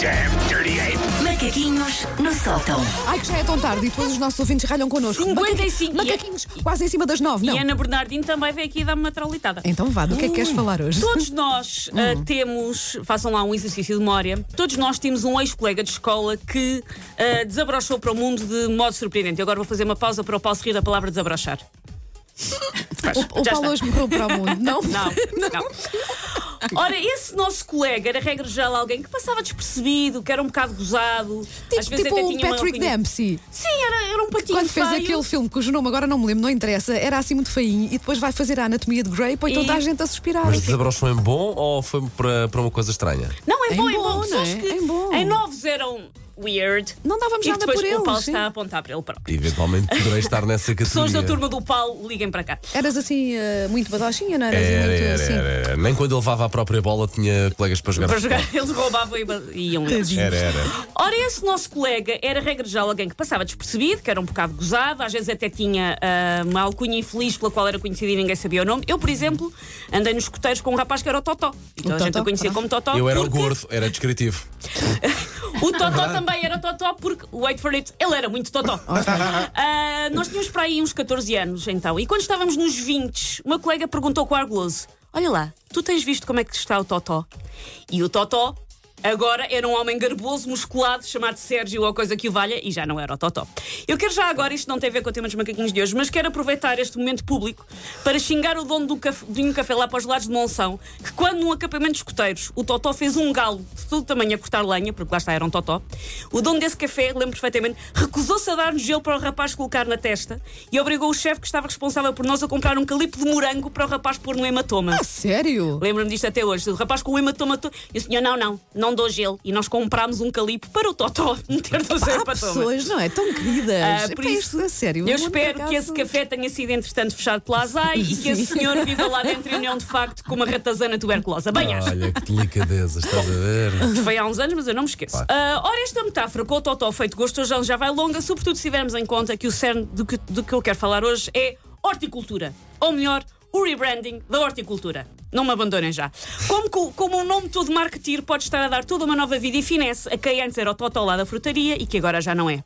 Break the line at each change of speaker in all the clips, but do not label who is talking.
damn dirty ape!
Macaquinhos no sótão.
Ai, que já é tão tarde e depois os nossos ouvintes ralham connosco.
55.
Macaquinhos, quase em cima das nove, não?
é- E é Ana Bernardino também veio aqui dar-me uma traulitada.
Então vá, do que é Hum. que queres falar hoje?
Todos nós ah, temos, façam lá um exercício de memória, todos nós temos um ex-colega de escola que ah, desabrochou para o mundo de modo surpreendente. Eu agora vou fazer uma pausa para o Paulo se rir da palavra desabrochar.
O, o
Já
Paulo
está.
hoje morreu para o mundo, não?
Não, não. Ora, esse nosso colega era regra geral alguém que passava despercebido, que era um bocado gozado. às
Tipo,
vezes
tipo
até
o
tinha uma
Patrick
opinião-
Dempsey.
Sim, era, era um patinho
Quando fez
feio.
aquele filme cujo nome agora não me lembro, não interessa, era assim muito feinho e depois vai fazer a anatomia de Grey, ou então
E-
está a gente a suspirar.
Mas desabrocham em bom ou foi para, para uma coisa estranha?
Não, é,
Em
bom, é
bom, não
bom. Pessoas
é?
que
Em bom.
novos eram um, weird.
Não dávamos
e
nada
depois
por
o Paulo
eles, sim.
está a apontar para ele próprio.
Eventualmente poderei estar nessa categoria.
Pessoas da turma do Paulo, liguem para cá.
Eras assim eh, muito badochinha, não eras?
Era,
muito
era,
assim.
era, era. Nem quando ele levava a própria bola tinha colegas para jogar.
Para jogar, eles roubavam e ba- e iam eles.
Era, era.
Ora, esse nosso colega era regra geral alguém que passava despercebido, que era um bocado gozado, às vezes até tinha ah, uma alcunha infeliz pela qual era conhecido e ninguém sabia o nome. Eu, por exemplo, andei nos escuteiros com um rapaz que era o Totó. Então a gente
Totó,
o conhecia como Totó.
Eu era o
porque
gordo, era descritivo.
O Totó também era Totó porque, wait for it, ele era muito Totó. Ah, nós tínhamos para aí uns 14 anos então, e quando estávamos nos 20, uma colega perguntou com ar guloso: Olha lá, tu tens visto como é que está o Totó? E o Totó. Agora era um homem garboso, musculado, chamado Sérgio ou coisa que o valha, e já não era o Totó. Eu quero já agora, isto não tem a ver com o é tema dos macaquinhos de hoje, mas quero aproveitar este momento público para xingar o dono do caf- de um café lá para os lados de Monção, que quando num acampamento de escoteiros o Totó fez um galo de todo tamanho a cortar lenha, porque lá está era um Totó, o dono desse café, lembro perfeitamente, recusou-se a dar-nos gelo para o rapaz colocar na testa e obrigou o chefe que estava responsável por nós a comprar um calipo de morango para o rapaz pôr no hematoma.
A sério?
Lembro-me disto até hoje. O rapaz com o hematoma todo. E o senhor, não, não, não dou gelo. E nós comprámos um calipo para o Totó meter no seu
Há
hematoma.
pessoas, não é? Tão queridas.
Ah, por
É Pá,
isso,
isto, a sério.
Eu
o mundo, por
espero
acaso-
que esse café tenha sido, entretanto, fechado pela ASAI e que esse senhor viva lá dentro em União de Facto com uma ratazana tuberculosa. Bem, acho.
Olha que delicadeza, estás a ver?
Foi há uns anos, mas eu não me esqueço.
Claro.
Ah, ora, esta metáfora com o Totó feito gostosão já vai longa, sobretudo se tivermos em conta que o cerne do que, do que eu quero falar hoje é horticultura. Ou melhor, o rebranding da horticultura. Não me abandonem já. Como, co- como um nome todo marketeer pode estar a dar toda uma nova vida e finesse a quem antes era o Totó lá da frutaria e que agora já não é.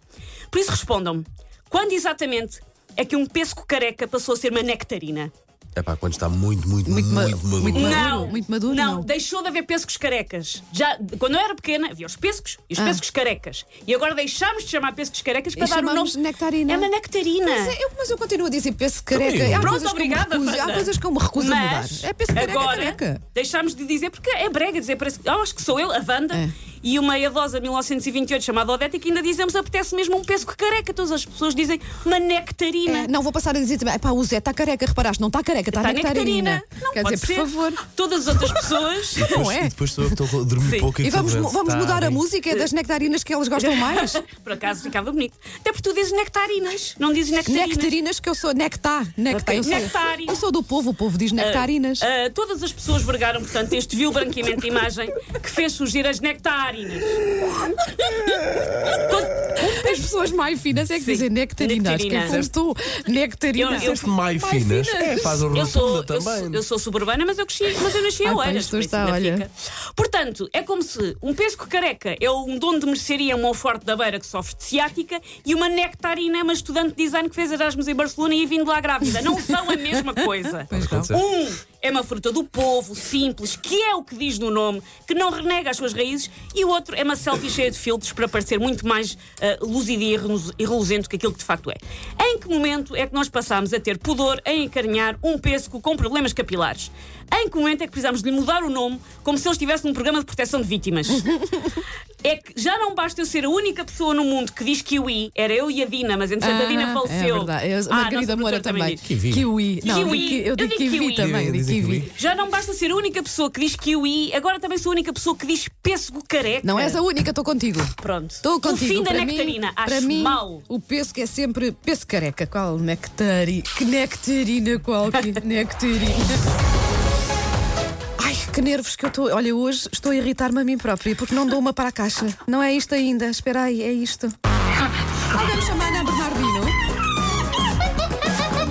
Por isso respondam-me, quando exatamente é que um pesco careca passou a ser uma nectarina?
É pá, quando está muito, muito, muito,
ma-
muito maduro.
muito maduro.
Não,
Um muito maduro,
Não,
não.
deixou de haver pescos carecas. Já, quando eu era pequena, havia os pescos e os
Ah.
pescos carecas. E agora deixámos de chamar pescos carecas para
E
dar o nome.
chamámos nectarina.
É uma nectarina.
Mas é- eu, mas eu continuo a dizer peço careca.
Também.
Há
Pronto,
coisas que eu me
obrigada,
recuso- Há
Wanda.
coisas que eu me recuso a mudar.
Mas
É peço careca,
agora
careca.
deixámos de dizer porque é brega dizer parece, eu acho que sou eu, a Wanda
É.
e uma idosa 1928 chamada Odete que ainda dizemos apetece mesmo um pesco careca todas as pessoas dizem uma nectarina
É, não vou passar a dizer também, pá, o Zé está tá careca, reparaste, não está careca, está
Tá
nectarina.
Não
Quer
pode
dizer,
ser.
por favor.
todas as outras pessoas
Depois-
Não é?
E depois sou eu que estou a dormir
Sim.
pouco
E
e que
vamos,
estou doente.
vamos
Tá
mudar a
bem.
música é das nectarinas que elas gostam mais?
por acaso ficava bonito até porque tu dizes nectarinas não dizes nectarinas
nectarinas que eu sou, nectar, nectar.
Ok,
Eu, sou,
nectarina.
eu sou do povo, o povo diz nectarinas.
Ah, todas as pessoas vergaram, portanto, este vil branqueamento de imagem que fez surgir as nectarinas.
As pessoas mais finas é que
Sim.
dizem nectarinas.
Nectarina.
Quem foste é tu? Nectarinas.
Eu- eu-
Disseste mais finas.
finas.
É, faz o
Eu sou,
rotunda
eu, sou,
também. é?
eu sou suburbana, mas eu, cresci, mas eu nasci
Ah,
em
pois,
Oeiras.
tu
por isso
está,
ainda
olha.
fica. Portanto, é como se um pesco careca é um dono de mercearia, um forte da beira que sofre de ciática e uma nectarina é uma estudante de design que fez Erasmus em Barcelona e é vindo lá grávida. Não são a mesma coisa.
Aconteceu.
Um é uma fruta do povo, simples, que é o que diz no nome, que não renega as suas raízes, e o outro é uma selfie cheia de filtros para parecer muito mais ah, lúcida e renu- e reluzente do que aquilo que de facto é. Em que momento é que nós passámos a ter pudor em encarinhar um pesco com problemas capilares? Em que momento é que precisámos de lhe mudar o nome como se ele estivesse num programa de proteção de vítimas? é que já não basta eu ser a única pessoa no mundo que diz kiwi, era eu e a Dina, mas entretanto a Dina
Ah,
faleceu.
É verdade. Eu,
Ah, a
Margarida
nossa
Moura
produtora
também.
diz.
Kiwi.
Kiwi. Não,
Kiwi.
di- Eu digo
Eu digo
kiwi,
kiwi.
também.
Dizem
Digo kiwi.
kiwi.
Já não basta ser a única pessoa que diz kiwi, agora também sou a única pessoa que diz pêssego careca.
Não és a única, estou contigo.
Pronto.
Estou contigo.
É. O fim da
para
nectarina.
mim,
Acho
para mim,
mal.
O peso que é sempre peso careca. Qual nectarina? Que nectarina qual? Que nectarina. Ai, que nervos que eu estou. Olha, hoje estou a irritar-me a mim própria porque não dou uma para a caixa. Não é isto ainda. Espera aí, é isto. Alguém me chama Ana Bernardino?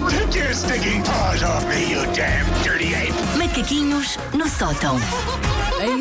Take your stinking paws off me, you damn dirty ape!
É
Macaquinhos no sótão.